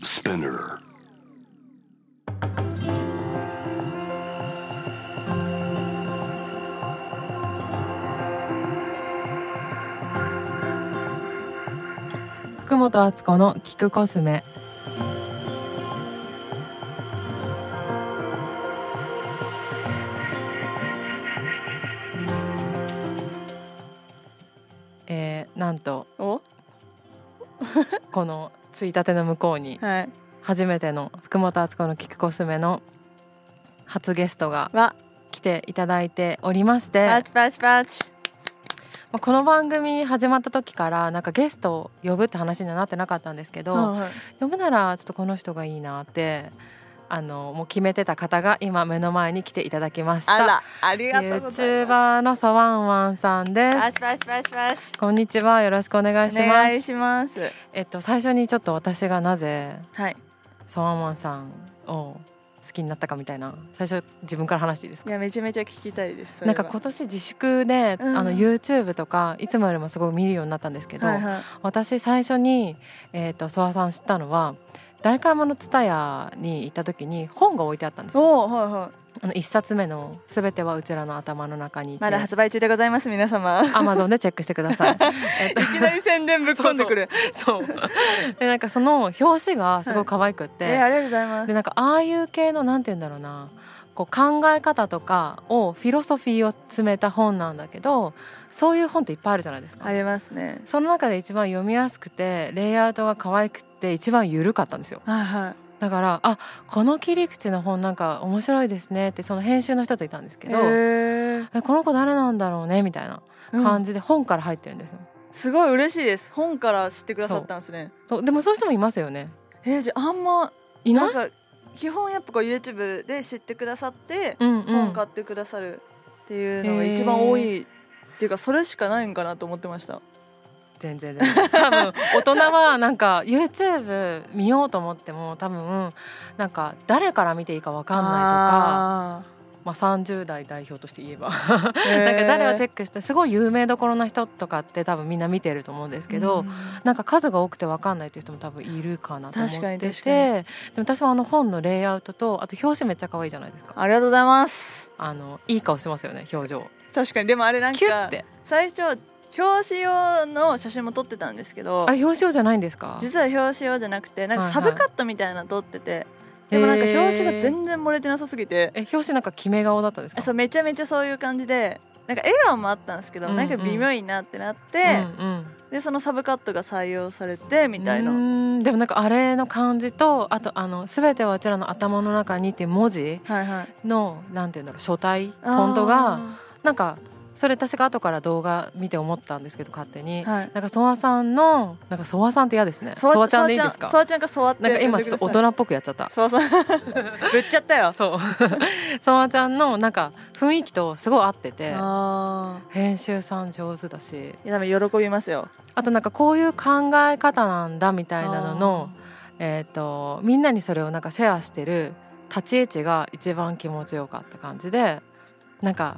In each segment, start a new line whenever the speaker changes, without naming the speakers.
Spinner.
福本敦子の聞くコスメえー、なんと
お
このついたての向こうに
はい
初めての福本敦子の聞くコスメの初ゲストが
わ
来ていただいておりまして
パチパチパチ
まあこの番組始まった時からなんかゲストを呼ぶって話にはなってなかったんですけど、
はいはい
呼ぶならちょっとこの人がいいなってあのもう決めてた方が今目の前に来ていただきまし
あ
た
らありがとうございま
YouTuber のソワンワンさんです
すパチパチパチパチ
こんにちはよろしくお願いし
お
ま
願
す
いします
えっと最初にちょっと私がなぜ
はい
ソワンワンさんを好きになったかみたいな最初自分から話していいですか
いやめちゃめちゃ聞きたいですそれ
な
は
んか今年自粛で、
うん
あの YouTube とかいつもよりもすごい見るようになったんですけど、
はいはい
私最初に、えー、とソワさん知ったのは大買い物ツタヤに行った時に本が置いてあったんですよ
おーはいはい
あの1冊目の「すべてはうちらの頭の中にいて」
まだ発売中でございます皆様い
アマゾンでチェックしてくだ さい。えっと
きなり宣伝ぶっ込んで くる
そうでなんかその表紙がすごい可愛くって、
えーありがとうございます
でなんかああいう系のなんて言うんだろうなこう考え方とかをフィロソフィーを詰めた本なんだけどそういう本っていっぱいあるじゃないですか。
ありますね
その中で一番読みやすくてレイアウトが可愛くて一番緩かったんですよ
はいはい
だからあこの切り口の本なんか面白いですねってその編集の人といたんですけど、
えー
えこの子誰なんだろうねみたいな
うん
感じで本から入ってるんですよ、
すごい嬉しいです本から知ってくださったんですね
そうでもそういう人もいますよね
えーじゃああんま
いない
なんか基本やっぱこう YouTube で知ってくださって
うんうん
本買ってくださるっていうのが一番多いっていうかそれしかないんかなと思ってました
全然全然 多分大人はなんか YouTube 見ようと思っても多分なんか誰から見ていいか分かんないとかまあ、30代代表として言えば
とか
なんか誰をチェッ
ッ
クしてすごい有名どころの人とかって多分みんな見てると思うんですけど、なんか数が多くて分かんないという人も多分いるかなと思ってて
確かに確か
でも私はあの本のレイアウトとあと表紙めっちゃ可愛いじゃないですか
ありがとうございます
あのいい顔してますよね表情
確かにでもあれなん
キュッ
か
て
最初表紙用の写真も撮ってたんですけど
あれ表情じゃないんですか
実は表紙用じゃなくてなんか
はい
サ
はい
ブカットみたいなの撮っててでもなんか
へー
表紙が全然漏れてなさすぎて
え表紙なんか決め顔だったんですか
そうめちゃめちゃそういう感じでなんか笑顔もあったんですけど、
うんうん
なんか微妙になってなっ
う
て、
んうん
でそのサブカットが採用されてみたいうな。
ーんでもなんかあれの感じとあとあの「すべてはうちらの頭の中に」っていう文字
はいはい、
のなんていうんだろう書体フォントがなんかそれ私が後から動画見て思ったんですけど勝手に、
あーはい
なんかソワさんのなんかソワさんって嫌ですねソワちゃんでいいですか
ソワちゃんかソワって
なんか今ちょっと大人っぽくやっちゃった
ソワさん ぶっちゃったよ
そう ソワちゃんのなんか雰囲気とすごい合ってて
あ
編集さん上手だし
ーいやでも喜びますよ
あとなんかこういう考え方なんだみたいなののえー、とみんなにそれをなんかシェアしてる立ち位置が一番気持ちよかった感じでなんか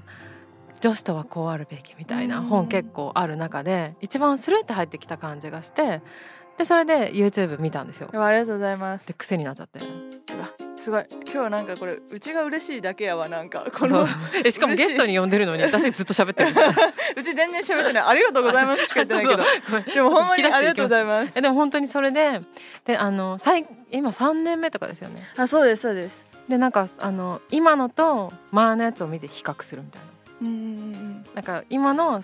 女子とはこうあるべきみたいな
うん
本結構ある中で一番スルって入ってきた感じがしてでそれで YouTube 見たんですよ
あー。でもありがとうございます
で癖になっちゃって
すごい今日なんかこれうちが嬉しいだけやわなんかこの
そうえしかもゲストに呼んでるの に私ずっと喋ってる
うち全然喋ってないありがとうございますしか言ってないけど
そう そうごめん
でもほんまに
引き出していきます
ありがとうございます
えでも本当にそれでであの最今3年目とかですよね
あそうですそうです
でなんかあの今のと前のやつを見て比較するみたいな。
うんうん
なんか今の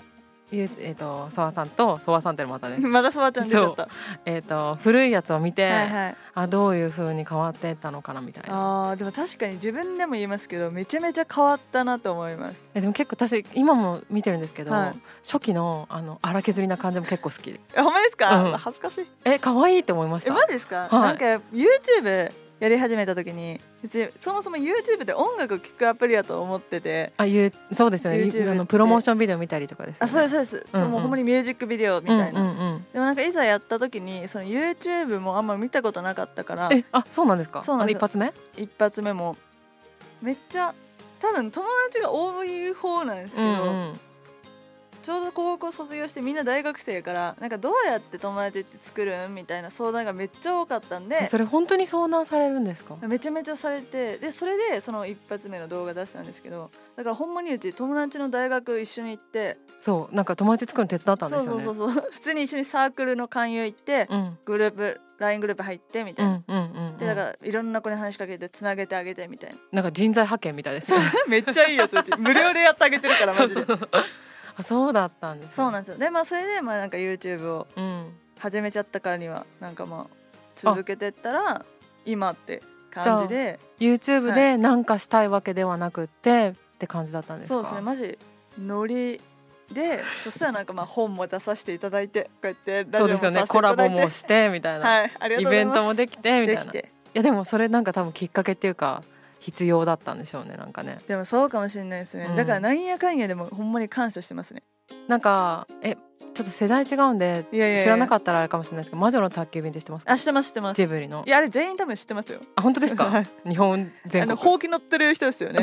ゆえっ、とソワさんとソワさんってのまた
う
ね
んまたソワちゃん出ちゃった
えっと古いやつを見て、
はいはい
あどういう風に変わってったのかなみたいな
あーでも確かに自分でも言いますけどめちゃめちゃ変わったなと思います
えでも結構私今も見てるんですけど、
はい
初期のあの荒削りな感じも結構好き
えほんまですか、
うん
恥ずかしい
え可愛いって思いまし
え
た
マジですか、
はい
なんか YouTube やり始めた時に別にそもそも YouTube って音楽を聴くアプリやと思ってて
あいうそうですよね
YouTube
あ
っ
の
て
プロモーションビデオ見たりとかですよね、
あそうですそうです、
うんうん
そうもうほんまにミュージックビデオみたいな、
うんうんうん
でもなんかいざやった時にその YouTube もあんま見たことなかったから
えあそうなんですか
そうなんですよ
あの一発目
一発目もめっちゃ多分友達が多い方なんですけど、
うんうん
ちょうど高校卒業してみんな大学生やからなんかどうやって友達って作るんみたいな相談がめっちゃ多かったんで
それ本当に遭難されるんですか
めちゃめちゃされてでそれでその一発目の動画出したんですけどだからほんまにうち友達の大学一緒に行って
そうなんか友達作るの手伝ったんで
そう
すよ
そう
ね
そうそう 普通に一緒にサークルの勧誘行って
うん
グループ LINE グループ入ってみた
う
いな。
んうんうん
でだからいろんな子に話しかけてつなげてあげてみたいな
なんか人材派遣みたいですね
めっちゃいいやつうち無料でやってあげてるからマジでそう
あそうだったんですね
なんですよでまあそれでまあなんか YouTube を
うん
始めちゃったからにはなんかまあ続けてったら今って感じで
YouTube でなんかしたいわけではなくってって感じだったんですか
そうですねマジノリで そしたらなんかまあ本も出させていただいてこうやってラジ
そ
オ
うで
も
すよ
させて
ね
い
コ
た
ラ
だ
ボ
いて
もしてみたいな、
はいありが
イ
とうござ
ベ
い
ン
ます
トもできてみたい
で
な
きて
いやでもそれなんか多分きっかけっていうか必要だったんでしょうねなんかね
でもそうかもしれないですね、
うん
だからなんやかんやでもほんまに感謝してますね
なんかえちょっと世代違うんで
いやいやいや
知らなかったらあれかもしれないですけど魔女の宅急便って知ってますか
あ知ってます知ってます
ジブリの
いやあれ全員多分知ってますよ
あ本当です
は
か
い
日本
あ
全
の
国
ほうき乗ってる人で すよね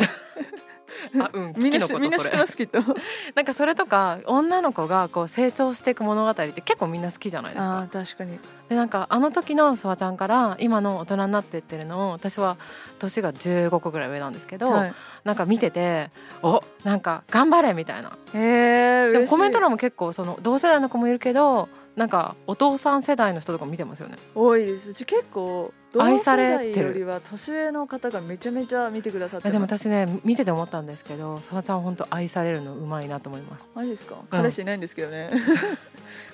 あうん
みん
キキの
な知
こと
みんな知ってますき っと
それなんかそれとか女の子がこう成長していく物語って結構みんな好きじゃないですか
ー確かに
でなんかあの時の諏訪ちゃんから今の大人になってってるのを私は年が15個ぐらい上なんですけど、
はい、
なんか見てておなんか頑張れみたいな
えー、
で
嬉
も
しい
コメント欄も結構その同世代の子もいるけどなんかお父さん世代の人とかも見てますよね
多いですうち結構同
愛
世
され
代
てる
よりは年上の方がめちゃめちゃ見てくださ
いや
って
でも
ます
私ね見てて思ったんですけど諏訪ちゃんは本当愛されるのうまいなと思います
マジですか彼氏いないんですけ どね、彼氏欲しいんです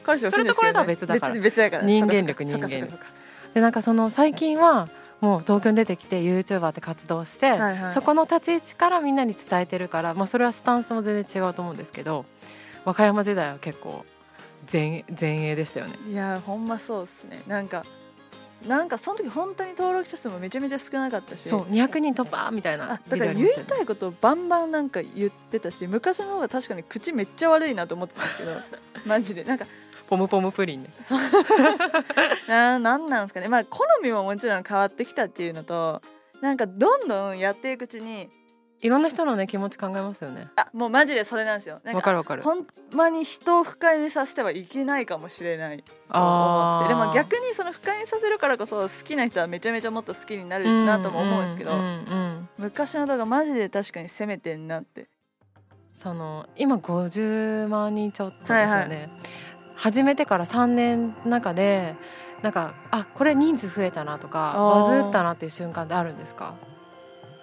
けど、ね、
それとこれとは別だから
別別やから
人間力
そっか
人間力
そっかそっか
でなんかその最近はもう東京に出てきて YouTuber って活動して、
はいはい
そこの立ち位置からみんなに伝えてるから、まあ、それはスタンスも全然違うと思うんですけど和歌山時代は結構前前衛でしたよね。
いやほんまそうっすねなんかなんかその時本当に登録者数もめちゃめちゃ少なかったし
そう200人突破みたいな
あだから言いたいことをバンバンなんか言ってたし昔の方が確かに口めっちゃ悪いなと思ってた んですけどマジでなんか
ポムポムプリンね
ななんなんですかねまあ好みももちろん変わってきたっていうのとなんかどんどんやっていくうちに
いろんな人のね気持ち考えますよね
あもうマジでそれなんですよなん
わか
か
るわかる
ほんまに人を不快にさせてはいけないかもしれない
あー
でも逆にその不快にさせるからこそ好きな人はめちゃめちゃもっと好きになるなとも思うんですけど、
ううんうん
昔の動画マジで確かに攻めてんなって
その今50万人ちょっとですよね、
はいは
始めてから3年の中でなんかあこれ人数増えたなとか
あ
バ
ー
ズったなっていう瞬間ってあるんですか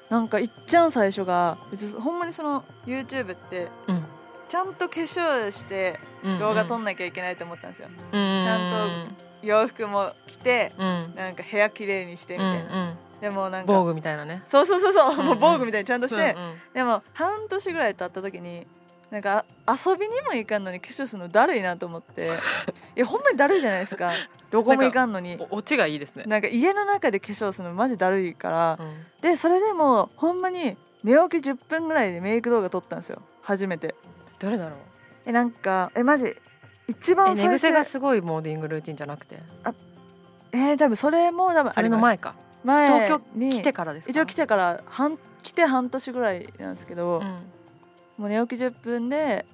なんかいっちゃん最初が別にほんまにその YouTube って、
うん
ちゃんと化粧して動画撮んなきゃいけないと思ったんですよ、
ち
ゃん洋服も着て
と、うん
なんか部屋綺麗にしてみ
うん
たいな、
うん、
でもなん
防
か
具みたいなね
そうそうそうそう、
うんうん
もう防具みたいにちゃんと
そ
して、でも半年ぐらい経った時になんかあ遊びにも行かんのに化粧するのだるいなと思って いやほんまにだるいじゃないですかどこも行かんのになん
オチがいいですね、
か家の中で化粧するのマジだるいから
うん
でそれでもほんまに寝起き10分ぐらいでメイク動画撮ったんですよ初めて
どれだろう
えなんかえマジ一
え
番
寝
最初
癖がすごいモーディングルーティンじゃなくて
えー多分それも多分
それの前か
前
東
に
来てからですか
一応来てから半来て半年ぐらいなんですけど、
うん
もう寝起き10分で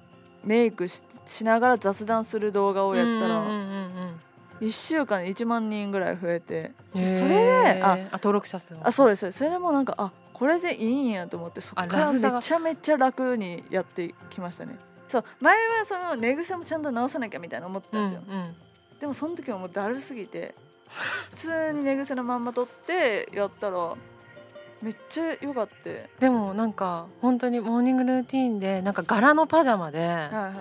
メイクししながら雑談する動画をやったら、
うんうんうんうん
1週間で1万人ぐらい増えて
うん
でそ
へ
れで
ー
あ
あ登録者数も
あそうですそれでもうなんかあこれでいいんやと思ってそこ
あ
か
ラ
ら
フさが
めちゃめちゃ楽にやってきましたねそう前はその寝癖もちゃんと直さなきゃみたいな思ってたんですよ、
うんうん
でもその時はもうだるすぎて普通に寝癖のまんま撮ってやったらめっちゃ良かったはい
でもなんか本当にモーニングルーティーンでなんか柄のパジャマで、
は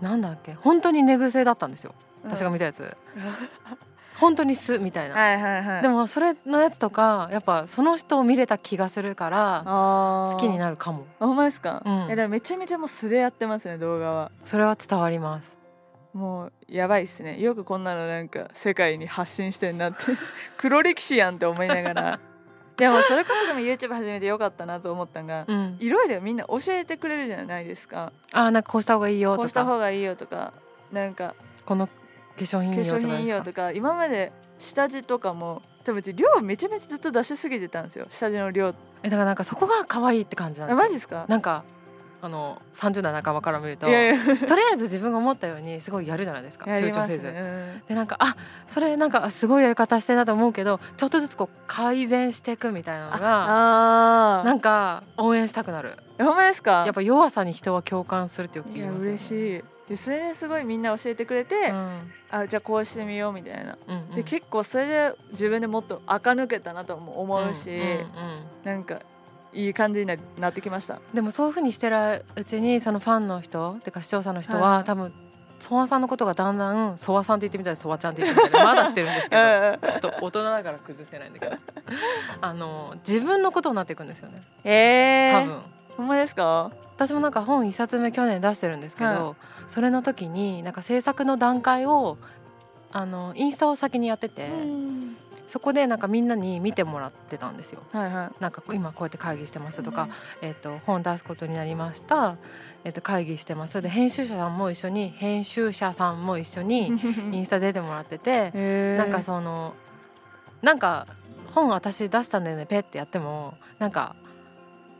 なんだっけ本当に寝癖だったんですよ
い
私が
うん
見たやつ、 本当に素みたいな、
はいはいはい
でもそれのやつとかやっぱその人を見れた気がするから
あ
好きに
る
なるかも
ほんまですか、
う
うんん、えでもめちゃめちゃもう素でやってますね動画は
それは伝わります
もうやばいっすねよくこんなのなんか世界に発信してんなって 黒歴史やんって思いながら でもそれこそでも YouTube 始めてよかったなと思ったのが、
うん
いろいろみんな教えてくれるじゃないですか
あーなんかこうした方がいいよ
ことうした
か
方がいいよとかなんか
この化粧品
化
いいよ
粧
とか
品いいよ
ですか
とか今まで下地とかも多分うち量めちゃめちゃずっと出しすぎてたんですよ下地の量
えだからなんかそこが可愛いって感じなん
あ
です
マジですか
なんかあの30代半ばから見ると
いやいや
とりあえず自分が思ったようにすごいやるじゃないですか
や
躊
りま
躇
すね
せず。
うん
でなんかあそれなんかすごいやり方してんなと思うけどちょっとずつこう改善していくみたいなのが
あ
なんか応援したくなる
あほんまですか
やっぱ弱さに人は共感するってよく
い
言い
や
ます
嬉
い、
しいでそれですごいみんな教えてくれて、
うん
あじゃあこうしてみようみたいな
うんうん
で結構それで自分でもっと垢抜けたなとも思うし、
んんうん
なんかいい感じにななってきました
でもそういうふうにしてるうちにそのファンの人てか視聴者の人は、
はい
多分ソワさんのことがだんだんソワさんって言ってみたりソワちゃんって言って みたりまだしてるんですけ
う
ど
ん
ちょっと大人だから崩せないんだけどあの自分のことになっていくんですよね
え
多
ー、
分。
ほんまですか
私もなんか本一冊目去年出してるんですけど、
は
それの時になんか制作の段階をあのインスタを先にやってて、そこでなんかみんなに見てもらってたんですよ。
はいはい
なんか今こうやって会議してますとか、えっと本出すことになりました、えっと会議してますで編集者さんも一緒に編集者さんも一緒にイ ンスタ出てもらってて、
えー、
なんかそのなんか本私出したんだよねペってやってもなんか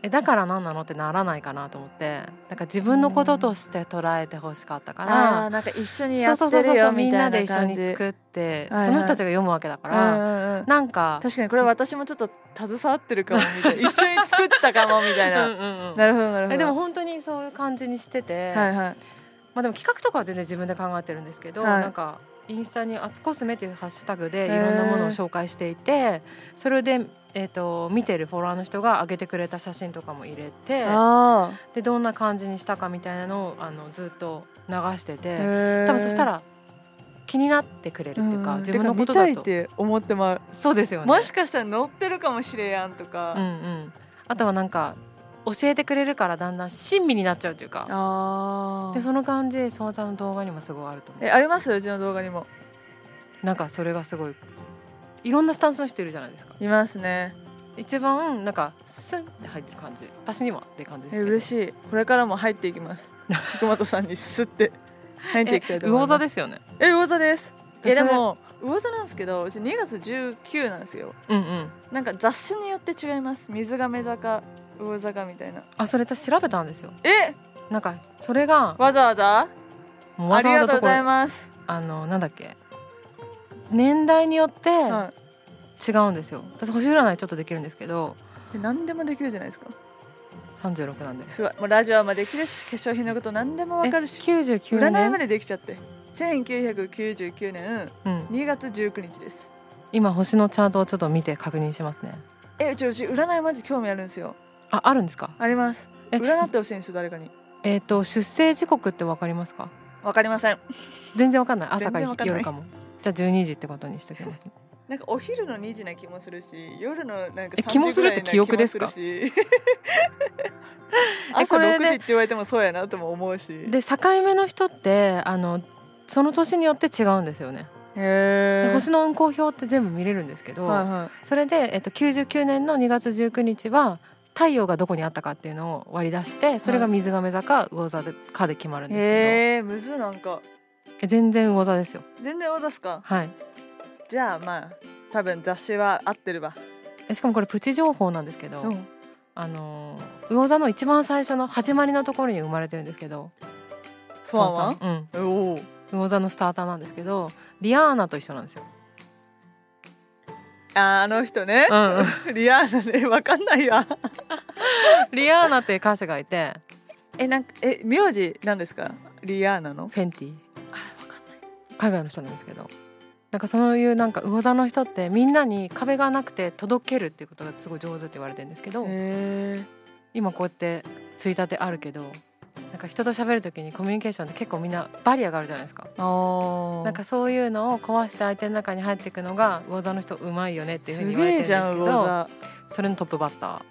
えだから何なのってならないかなと思ってなんか自分のこととして捉えてほしかったか
あー
ら、
なんか一緒に
そ
や
うそ
っ
うそ
て
う
る
そう
よ
み
み
んな
た
いで
な
一緒
感
に
じ
作って、
はいはい
その人たちが読むわけだか
う
ら、
んうんうん
なんか
確かにこれ私もちょっと携わってるかも みたいな一緒に作ったかもみたいな、
うんうんうん
なるほどなるほど
えでも本当にそういう感じにしてて、
はいはい
まあでも企画とかは全然自分で考えてるんですけど、
はい
なんかインスタに「あつコスメ」っていうハッシュタグで
へ
い
ー
ろんなものを紹介していて、それで、えー、と見てるフォロワーの人が上げてくれた写真とかも入れて
あ
でどんな感じにしたかみたいなのをあのずっと流して
あ
て多分そしたら気になってくれるっていうか、自分のこと
だ
だ
見た
と
いって思ってまう、
そうですよね。
もしかしたら乗ってるかもしれやんとか、
うんうん、あとはなんか教えてくれるからだんだん親身になっちゃうというか
ああ
でその感じそのちゃんの動画にもすごいあると思う
え。ありますうちの動画にも
なんかそれがすごいいろんなスタンスの人いるじゃないですか
いますね
一番なんかスンって入ってる感じ私にはって感じです
え
けど
嬉しいこれからも入っていきます 福本さんにすって入っていきたいと思い
魚
ます
座ですよね
え魚座ですえで
それ
も魚座なんですけどうち2月19なんですよ
うんうん
なんか雑誌によって違います水亀座か魚座かみたいな
あそれ私調べたんですよ
え
なんかそれが
わざわざ
もうわざわ
ありがとう
ざ
ござい
とこ
ます、
ろあのなんだっけ年代によって
は
違うんですよ私星占いちょっとできるんですけど
い、で何でもできるじゃないですか
36なんです
すごいもうラジオもできるし化粧品のこと何でもわかるし
99
占い
年
までできちゃって1999年
うん、
2月19日です
今星のチャートをちょっと見て確認しますね
えうちうち占いマジ興味あるんですよ
ああるんですか
あります
え
占ってほしいんですよ誰かに
えっ、と出生時刻ってわかりますか
わかりません
全然わかんない朝か
全然わかんない
夜かもじゃあ12時ってことにしときます
なんかお昼の2時な気もするし夜のなんか
え
3時
気もす
ぐ
るっ
らい
て
な
記憶ですか
気もるし 朝
これ
6
で
時って言われてもそうやなとも思うし
で境目の人ってあのその年によって違うんですよね、で
へー
星の運行表って全部見れるんですけど、
はいは
それで、えっと、99年の2月19日は太陽がどこにあったかっていうのを割り出してそれが水亀座か魚座でかで決まるん
い
ですけ
へえむずなんか
ど、え全然魚座ですよ
全然わざっすか
はい
じゃあまあ多分雑誌は合ってるわ
えしかもこれプチ情報なんですけど、
うん
あのー魚座の一番最初の始まりのところに生まれてるんですけど
そうは
そ
ん
うさんうん
おお
魚座のスターターなんですけどリアーナと一緒なんですよ。
ああの人ね、
うんう
リアーナね わかんないわ
リアーナっていう歌手がいて
えなんかえ名字なんですかリアーナの
フェンティ海外の人なんですけどなんかそういうなんか魚座の人ってみんなに壁がなくて届けるっていうことがすごい上手って言われてるんですけど
へえ
今こうやってついたてあるけどなんか人と喋る時にコミュニケーションって結構みんなバリアがあるじゃないですか。
あ
なんかそういうのを壊して相手の中に入っていくのが魚座の人うまいよねっていうふう
す
に言われ
げ
てる
え
んで
じゃ
す
ん
け
魚
ど
座
それのトップバッター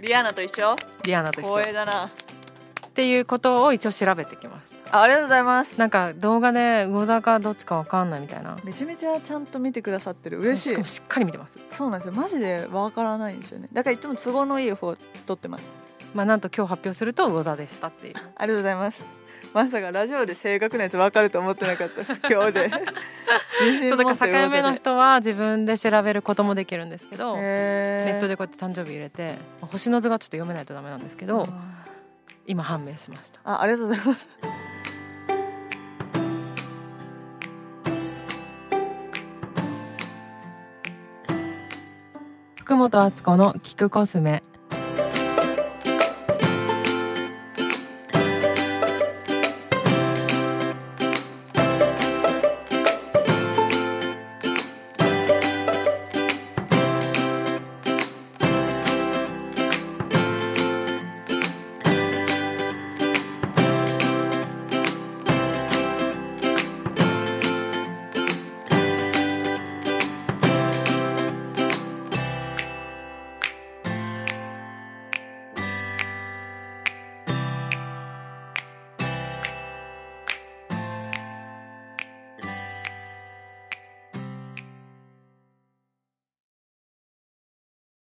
リアーナと一緒
リアーナと一緒っ
光栄だな
ていうことを一応調べてきました。
あありがとうございます
なんか動画で魚座かどっちかわかんないみたいな
めちゃめちゃちゃんと見てくださってる嬉し
し
い
かもしっかり見てます
そうなんですよマジでわからないんですよねだからいつも都合のいい方撮ってます
まあなんと今日発表すると魚座でしたっていう
ありがとうございますまさかラジオで正確なやつわかると思ってなかったです今日 で自
そ
信
うだ
持って
から境目の
動いてて
人は自分で調べることもできるんですけど、
へー
ネットでこうやって誕生日入れてまあ星の図がちょっと読めないとダメなんですけど、
あ
今判明しました
あありがとうございます
福本敦子の聞くコスメ